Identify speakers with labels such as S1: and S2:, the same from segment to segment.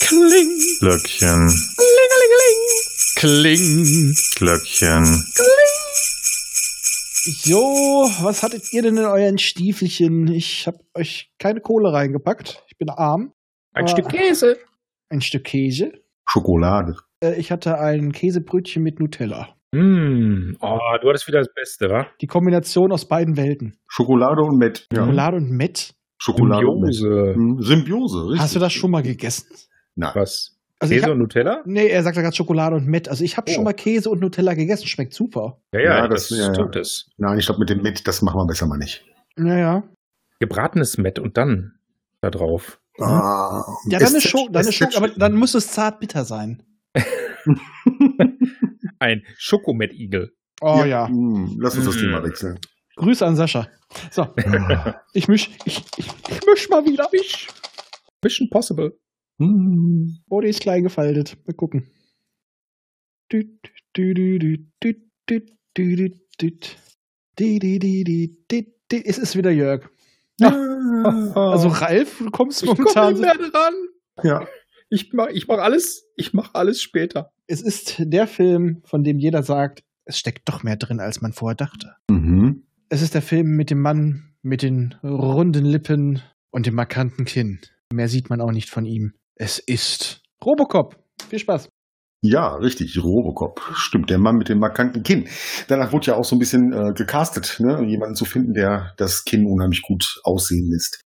S1: Kling.
S2: Glöckchen,
S1: Klingelingeling. Kling.
S2: Glöckchen.
S3: So, was hattet ihr denn in euren Stiefelchen? Ich habe euch keine Kohle reingepackt. Ich bin arm.
S4: Ein
S3: Ah.
S4: Stück Käse.
S3: Ein Stück Käse.
S5: Schokolade.
S3: Äh, Ich hatte ein Käsebrötchen mit Nutella.
S4: Mm. Oh, du hattest wieder das Beste, wa?
S3: Die Kombination aus beiden Welten.
S5: Schokolade und Met.
S3: Schokolade und Met.
S5: Schokolade
S4: Symbiose.
S5: und Met. Hm, Symbiose, richtig.
S3: Hast du das schon mal gegessen?
S4: Was?
S3: Also ich
S4: Käse
S3: hab,
S4: und Nutella?
S3: nee, er sagt ja gerade Schokolade und Met. Also ich habe
S4: Oh.
S3: schon mal Käse und Nutella gegessen. Schmeckt super.
S4: Ja,
S5: Ja,
S4: ja,
S5: das-
S4: das,
S5: ja, ja.
S4: tut es.
S5: Nein, ich glaube, mit dem Met, das machen wir besser mal nicht.
S3: Naja.
S4: Gebratenes Mett und dann da drauf.
S5: Ah,
S3: Ja, dann
S5: es-
S3: ist schon, dann
S5: es-
S3: ist schon,
S5: es-
S3: aber dann muss es zart bitter sein.
S4: Ein Schokomettigel.
S3: Oh ja.
S5: Hm, lass uns das
S2: Mhm.
S4: Mm.
S5: Thema wechseln.
S3: Grüße an Sascha. So, ich misch, ich, ich, ich misch mal wieder. Ich.
S4: Mission Possible.
S5: Hm.
S3: Oh, die ist klein gefaltet. Mal gucken. Düt, dü, dü, dü, düt, düt, dü, dü, düt. Di, di, di, di, di, di. Es ist wieder Jörg. Also
S4: Also
S3: Ralf, du kommst
S4: ich komme nicht
S3: momentan.
S4: mehr dran.
S5: Ja.
S4: Ich mach, ich mach alles, ich mach alles später.
S3: Es ist der Film, von dem jeder sagt, es steckt doch mehr drin, als man vorher dachte.
S5: Mhm.
S3: Es ist der Film mit dem Mann mit den runden Lippen und dem markanten Kinn. Mehr sieht man auch nicht von ihm. Es ist Robocop. Viel Spaß.
S5: Ja, richtig, Robocop. Stimmt, der Mann mit dem markanten Kinn. Danach wurde ja auch so ein bisschen äh, gecastet, ne? um jemanden zu finden, der das Kinn unheimlich gut aussehen lässt.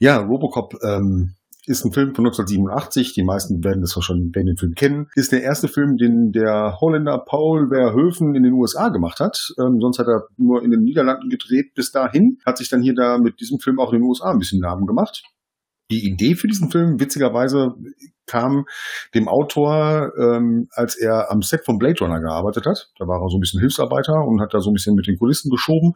S5: Ja, Robocop ähm, ist ein Film von 1987. Die meisten werden das wahrscheinlich werden den Film kennen. Ist der erste Film, den der Holländer Paul Verhoeven in den USA gemacht hat. Ähm, sonst hat er nur in den Niederlanden gedreht bis dahin. Hat sich dann hier da mit diesem Film auch in den USA ein bisschen Namen gemacht. Die Idee für diesen Film, witzigerweise, kam dem Autor, ähm, als er am Set von Blade Runner gearbeitet hat. Da war er so ein bisschen Hilfsarbeiter und hat da so ein bisschen mit den Kulissen geschoben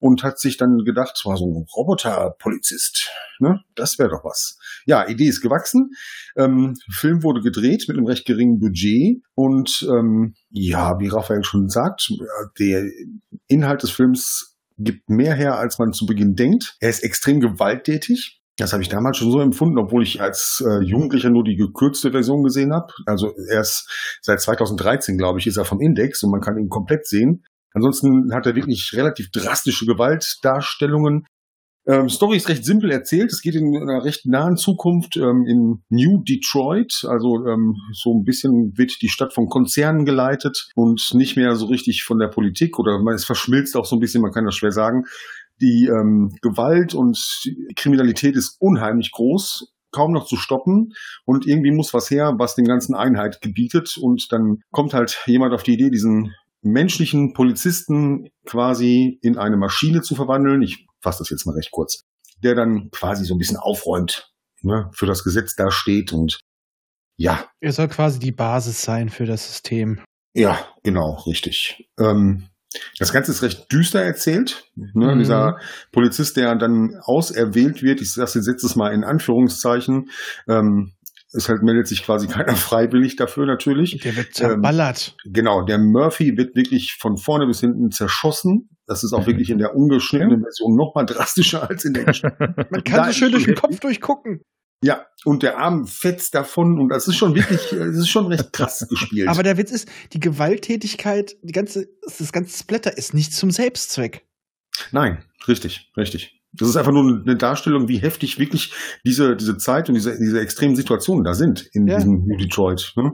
S5: und hat sich dann gedacht, zwar so ein Roboterpolizist, ne? das wäre doch was. Ja, Idee ist gewachsen. Ähm, Film wurde gedreht mit einem recht geringen Budget und ähm, ja, wie Raphael schon sagt, äh, der Inhalt des Films gibt mehr her, als man zu Beginn denkt. Er ist extrem gewalttätig. Das habe ich damals schon so empfunden, obwohl ich als äh, Jugendlicher nur die gekürzte Version gesehen habe. Also erst seit 2013, glaube ich, ist er vom Index und man kann ihn komplett sehen. Ansonsten hat er wirklich relativ drastische Gewaltdarstellungen. Ähm, Story ist recht simpel erzählt. Es geht in einer recht nahen Zukunft ähm, in New Detroit. Also ähm, so ein bisschen wird die Stadt von Konzernen geleitet und nicht mehr so richtig von der Politik oder man, es verschmilzt auch so ein bisschen, man kann das schwer sagen. Die ähm, Gewalt und die Kriminalität ist unheimlich groß, kaum noch zu stoppen. Und irgendwie muss was her, was dem ganzen Einheit gebietet. Und dann kommt halt jemand auf die Idee, diesen menschlichen Polizisten quasi in eine Maschine zu verwandeln. Ich fasse das jetzt mal recht kurz. Der dann quasi so ein bisschen aufräumt, ne, für das Gesetz da steht und ja,
S3: Er soll quasi die Basis sein für das System.
S5: ja, genau, richtig. Ähm, das Ganze ist recht düster erzählt. Ne?
S3: Mhm.
S5: Dieser Polizist, der dann auserwählt wird, ich sage jetzt letztes Mal in Anführungszeichen, ähm, es halt meldet sich quasi keiner freiwillig dafür natürlich.
S3: Der wird zerballert.
S5: Genau, der Murphy wird wirklich von vorne bis hinten zerschossen. Das ist auch
S4: Mhm.
S5: wirklich in der ungeschnittenen Version noch mal drastischer als in der
S3: Man kann
S5: da-
S3: so schön durch den Kopf durchgucken.
S5: Ja, und der Arm fetzt davon und das ist schon wirklich, äh, es ist schon recht krass gespielt.
S3: Aber der Witz ist, die Gewalttätigkeit, die ganze, das ganze Splatter ist nicht zum Selbstzweck.
S5: Nein, richtig, richtig. Das ist einfach nur eine Darstellung, wie heftig wirklich diese, diese Zeit und diese, diese extremen Situationen da sind in
S3: Ja.
S5: diesem New Detroit. Ne?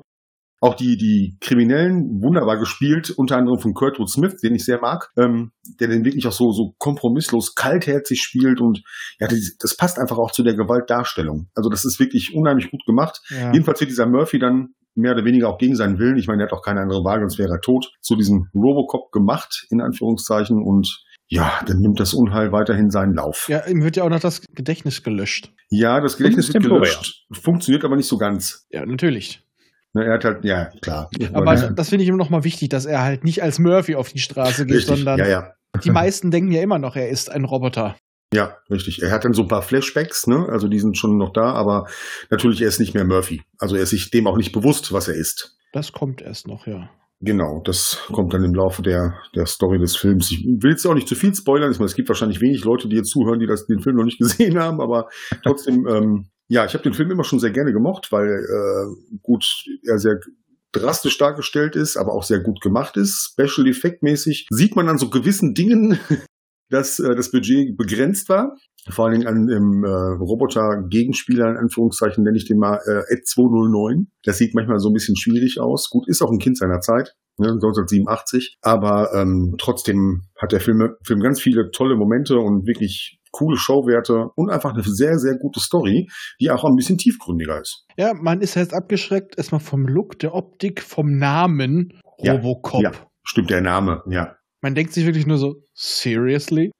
S5: Auch die, die Kriminellen, wunderbar gespielt, unter anderem von Kurtwood Smith, den ich sehr mag, ähm, der den wirklich auch so, so kompromisslos kaltherzig spielt und ja, das, das passt einfach auch zu der Gewaltdarstellung. Also das ist wirklich unheimlich gut gemacht.
S3: Ja.
S5: Jedenfalls wird dieser Murphy dann mehr oder weniger auch gegen seinen Willen, ich meine, er hat auch keine andere Wahl, sonst wäre er tot, zu diesem Robocop gemacht, in Anführungszeichen, und ja, dann nimmt das Unheil weiterhin seinen Lauf. Ja,
S3: ja, ihm wird ja auch noch das Gedächtnis gelöscht.
S5: das Gedächtnis
S4: ist
S5: wird
S4: temporär.
S5: gelöscht, funktioniert aber nicht so ganz.
S3: Ja, natürlich.
S5: Ne, Er hat halt, ja, klar.
S3: Aber
S5: ne,
S3: das finde ich immer noch mal wichtig, dass er halt nicht als Murphy auf die Straße geht,
S5: richtig,
S3: sondern
S5: ja, ja.
S3: die meisten denken ja immer noch, er ist ein Roboter.
S5: Ja, richtig. Er hat dann so ein paar Flashbacks, ne? Also die sind schon noch da, aber natürlich er ist nicht mehr Murphy. Also er ist sich dem auch nicht bewusst, was er ist.
S3: Das kommt erst noch, ja.
S5: Genau, das kommt dann im Laufe der, der Story des Films. Ich will jetzt auch nicht zu viel spoilern. Ich meine, es gibt wahrscheinlich wenig Leute, die jetzt zuhören, die das, den Film noch nicht gesehen haben, aber trotzdem, ähm, Ja, ich habe den Film immer schon sehr gerne gemocht, weil äh, gut, er sehr drastisch dargestellt ist, aber auch sehr gut gemacht ist. Special Effect mäßig sieht man an so gewissen Dingen, dass äh, das Budget begrenzt war. Vor allen Dingen an dem äh, Roboter-Gegenspieler, in Anführungszeichen nenne ich den mal äh, Ed 209. Das sieht manchmal so ein bisschen schwierig aus. Gut, ist auch ein Kind seiner Zeit, ne, 1987. Aber ähm, trotzdem hat der Film, Film ganz viele tolle Momente und wirklich coole Showwerte und einfach eine sehr, sehr gute Story, die auch ein bisschen tiefgründiger ist.
S3: Ja, man ist jetzt abgeschreckt, erstmal vom Look, der Optik, vom Namen
S5: Ja,
S3: Robocop.
S5: ja. Stimmt der Name, ja.
S3: Man denkt sich wirklich nur so, seriously?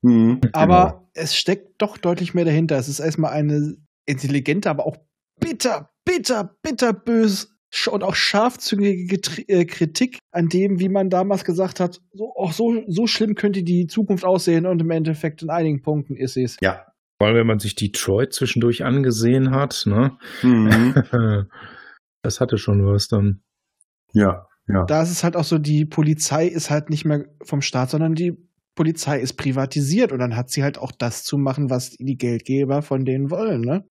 S5: Mhm,
S3: Aber es steckt doch deutlich mehr dahinter. Es ist erstmal eine intelligente, aber auch bitter, bitter, bitterbös sch- und auch scharfzüngige Getri- äh, Kritik an dem, wie man damals gesagt hat, so, oh, so, so schlimm könnte die Zukunft aussehen und im Endeffekt in einigen Punkten ist es.
S1: Vor allem, wenn man sich Detroit zwischendurch angesehen hat, ne?
S5: genau. Mhm,
S1: Das hatte schon was dann.
S5: ja.
S3: Da ist es halt auch so, die Polizei ist halt nicht mehr vom Staat, sondern die Polizei ist privatisiert und dann hat sie halt auch das zu machen, was die Geldgeber von denen wollen, ne?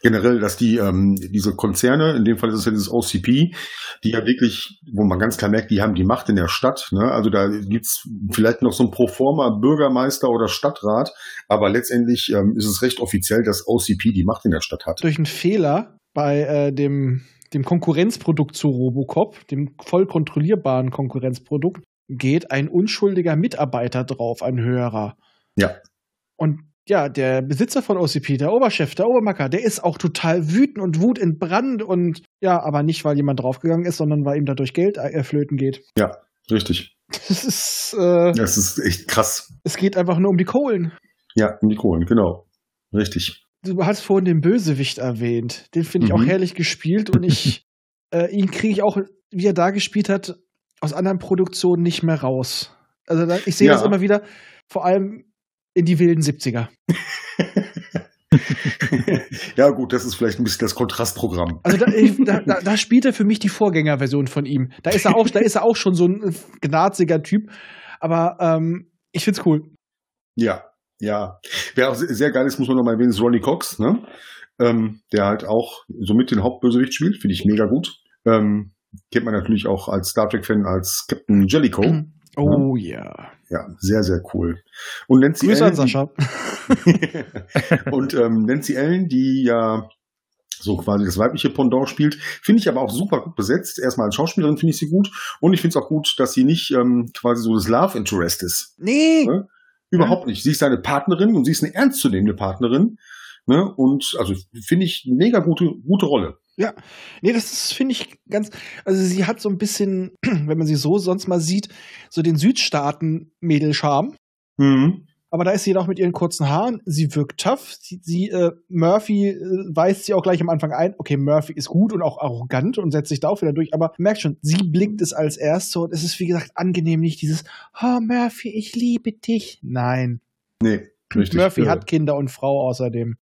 S5: generell, dass die ähm, diese Konzerne, in dem Fall ist es ja dieses OCP, die ja wirklich, wo man ganz klar merkt, die haben die Macht in der Stadt. Ne? Also da gibt's vielleicht noch so ein Proforma Bürgermeister oder Stadtrat, aber letztendlich ähm, ist es recht offiziell, dass OCP die Macht in der Stadt hat.
S3: durch einen Fehler bei äh, dem, dem Konkurrenzprodukt zu Robocop, dem voll kontrollierbaren Konkurrenzprodukt, geht ein unschuldiger Mitarbeiter drauf, ein höherer.
S5: Ja.
S3: Und ja, der Besitzer von OCP, der Oberchef, der Obermacker, der ist auch total wütend und Wut in Brand und ja, aber nicht, weil jemand draufgegangen ist, sondern weil ihm dadurch Geld äh, flöten geht.
S5: Richtig.
S3: Das ist, äh,
S5: Das ist echt krass.
S3: es geht einfach nur um die Kohlen.
S5: Ja, um die Kohlen, genau. Richtig.
S3: du hast vorhin den Bösewicht erwähnt. Den finde ich
S5: Mhm.
S3: auch herrlich gespielt und ich äh, ihn kriege ich auch, wie er da gespielt hat, aus anderen Produktionen nicht mehr raus. Also da, ich sehe
S5: Ja.
S3: das immer wieder, vor allem in die wilden 70er.
S5: ja, gut, das ist vielleicht ein bisschen das Kontrastprogramm.
S3: Also da, ich, da, da, da spielt er für mich die Vorgängerversion von ihm. Da ist er auch, da ist er auch schon so ein gnarziger Typ. Aber ähm, ich find's cool.
S5: Ja, ja. Wer auch se- sehr geil ist, muss man noch mal erwähnen, ist Ronnie Cox, ne? Ähm, der halt auch somit den Hauptbösewicht spielt, finde ich mega gut. Ähm, kennt man natürlich auch als Star Trek-Fan als Captain Jellicoe.
S3: Oh ja.
S5: Ja, sehr, sehr cool. Und Nancy
S3: Grüße
S5: Allen,
S3: an Sascha.
S5: und ähm, Nancy Allen, die ja so quasi das weibliche Pendant spielt, finde ich aber auch super gut besetzt. Erstmal als Schauspielerin finde ich sie gut und ich finde es auch gut, dass sie nicht ähm, quasi so das Love Interest ist.
S3: Nee,
S5: Ja. Überhaupt
S3: Mhm.
S5: nicht. Sie ist seine Partnerin und sie ist eine ernstzunehmende Partnerin. Ne? Und also finde ich eine mega gute, gute Rolle.
S3: Nee, das ist, finde ich, ganz. Also, sie hat so ein bisschen, wenn man sie so sonst mal sieht, so den Südstaaten-Mädelscharme. Aber da ist sie doch mit ihren kurzen Haaren. Sie wirkt tough. Sie, sie äh, Murphy äh, weist sie auch gleich am Anfang ein. Okay, Murphy ist gut und auch arrogant und setzt sich da auch wieder durch. Aber merkt schon, sie blinkt es als Erste und es ist, wie gesagt, angenehm nicht dieses, oh, Murphy, ich liebe dich. Nein.
S5: Nee, richtig.
S3: Murphy
S5: Ja.
S3: hat Kinder und Frau außerdem.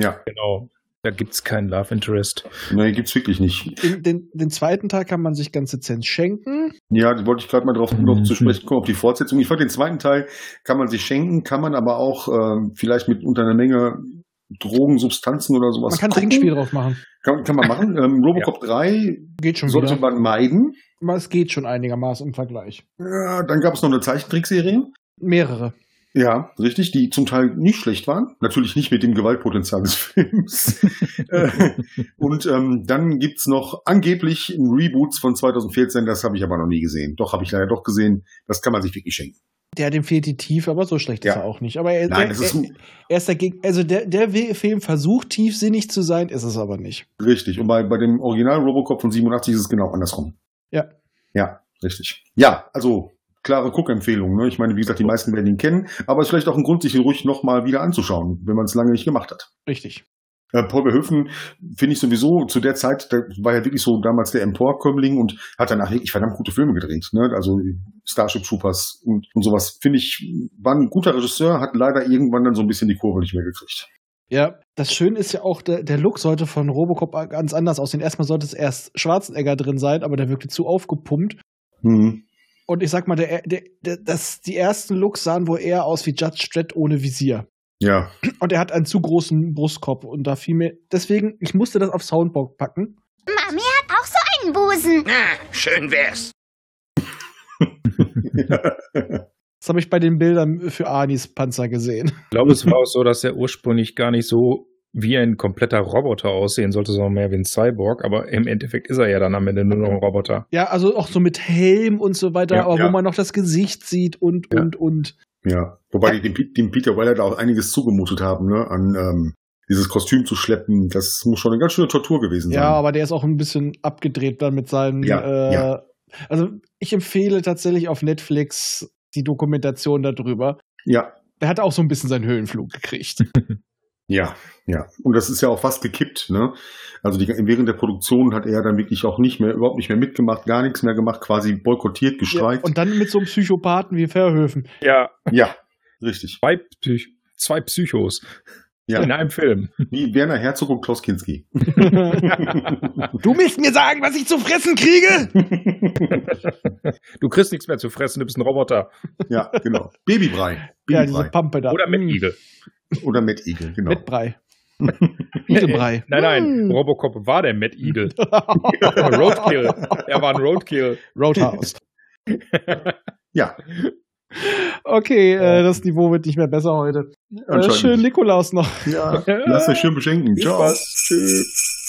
S5: Ja,
S1: Genau. Da gibt's keinen Love Interest.
S5: nee, gibt's wirklich nicht.
S3: Den, den, den zweiten Tag kann man sich ganz dezent schenken.
S5: Ja, da wollte ich gerade mal drauf
S1: Mhm.
S5: noch zu sprechen kommen, auf die Fortsetzung. Ich fand den zweiten Teil, kann man sich schenken, kann man aber auch ähm, vielleicht mit unter einer Menge Drogen, Substanzen oder sowas.
S3: Man kann
S5: gucken.
S3: Trinkspiel drauf machen.
S5: Kann, kann man machen. Ähm, Robocop 3
S3: Geht schon
S5: sollte
S3: wieder.
S5: man meiden.
S3: Aber es geht schon einigermaßen im Vergleich.
S5: Ja, dann gab es noch eine Zeichentrickserie.
S3: Mehrere.
S5: Ja, richtig, die zum Teil nicht schlecht waren. Natürlich nicht mit dem Gewaltpotenzial des Films. Äh, und ähm, dann gibt's noch angeblich ein Reboots von 2014, das habe ich aber noch nie gesehen. Doch, habe ich leider doch gesehen. Das kann man sich wirklich schenken.
S3: Der, dem fehlt die Tiefe, aber so schlecht ist
S5: Ja.
S3: er auch nicht. Aber er,
S5: Nein,
S3: er,
S5: das ist
S3: er, er ist dagegen, also der, der We- Film versucht tiefsinnig zu sein, ist es aber nicht.
S5: richtig. Und bei, bei dem Original Robocop von 87 ist es genau andersrum.
S3: Ja.
S5: Ja, richtig. Ja, also klare Guckempfehlung. Ne? Ich meine, wie gesagt, die meisten werden ihn kennen, aber es ist vielleicht auch ein Grund, sich ihn ruhig nochmal wieder anzuschauen, wenn man es lange nicht gemacht hat.
S3: Richtig.
S5: Äh, Paul Verhoeven finde ich sowieso zu der Zeit, da war ja wirklich so damals der Emporkömmling und hat danach wirklich verdammt gute Filme gedreht. Ne? Also Starship Troopers und, und sowas. Finde ich, war ein guter Regisseur, hat leider irgendwann dann so ein bisschen die Kurve nicht mehr gekriegt.
S3: Ja. Das Schöne ist ja auch, der, der Look sollte von Robocop ganz anders aussehen. Erstmal sollte es erst Schwarzenegger drin sein, aber der wirkte zu aufgepumpt.
S5: Hm.
S3: Und ich sag mal, der, der, der, das, die ersten Looks sahen wohl eher aus wie Judge Dredd ohne Visier.
S5: Ja.
S3: Und er hat einen zu großen Brustkorb und da fiel mir. Deswegen, ich musste das auf Soundboard packen.
S6: Mami hat auch so einen Busen.
S7: Na, schön wär's.
S3: Das habe ich bei den Bildern für Anis Panzer gesehen.
S1: Ich glaube, es war auch so, dass er ursprünglich gar nicht so wie ein kompletter Roboter aussehen sollte, sondern mehr wie ein Cyborg. Aber im Endeffekt ist er ja dann am Ende nur noch ein Roboter.
S3: Ja, also auch so mit Helm und so weiter,
S1: Ja,
S3: aber
S5: ja.
S3: wo man noch das Gesicht sieht und,
S1: Ja.
S3: und, und.
S5: ja. Wobei die dem, Pe- dem Peter Weller da auch einiges zugemutet haben, ne? An ähm, dieses Kostüm zu schleppen. Das muss schon eine ganz schöne Tortur gewesen sein.
S3: Ja, aber der ist auch ein bisschen abgedreht dann mit seinem.
S5: Ja,
S3: äh,
S5: ja.
S3: Also ich empfehle tatsächlich auf Netflix die Dokumentation darüber.
S5: ja.
S3: Der hat auch so ein bisschen seinen Höhenflug gekriegt.
S5: Ja, ja. Und das ist ja auch fast gekippt, ne? Also die, während der Produktion hat er dann wirklich auch nicht mehr, überhaupt nicht mehr mitgemacht, gar nichts mehr gemacht, quasi boykottiert, gestreikt.
S3: und dann mit so einem Psychopathen wie Verhöfen.
S1: Ja,
S5: ja, richtig.
S1: zwei, Psych zwei Psychos
S5: Ja.
S1: in einem Film.
S5: Wie Werner Herzog und Klaus Kinski.
S3: Du willst mir sagen, was ich zu fressen kriege?
S1: Du kriegst nichts mehr zu fressen, du bist ein Roboter.
S5: ja, genau. Babybrei.
S3: Ja, diese
S5: Babybrei.
S3: Pampe da.
S1: Oder
S3: Mm,
S1: Mettigel.
S5: Oder Matt Eagle, genau.
S3: Mettbrei. Edelbrei.
S1: Nein, nein,
S3: Mm.
S1: Robocop war der Mad Eagle. Roadkill. Er war ein Roadkill.
S3: Roadhouse.
S5: Ja,
S3: Äh, Okay, äh, das Niveau wird nicht mehr besser heute. Äh,
S5: anscheinend.
S3: schön Nikolaus noch.
S5: Ja, lass dich schön beschenken. Ciao.
S1: Tschüss.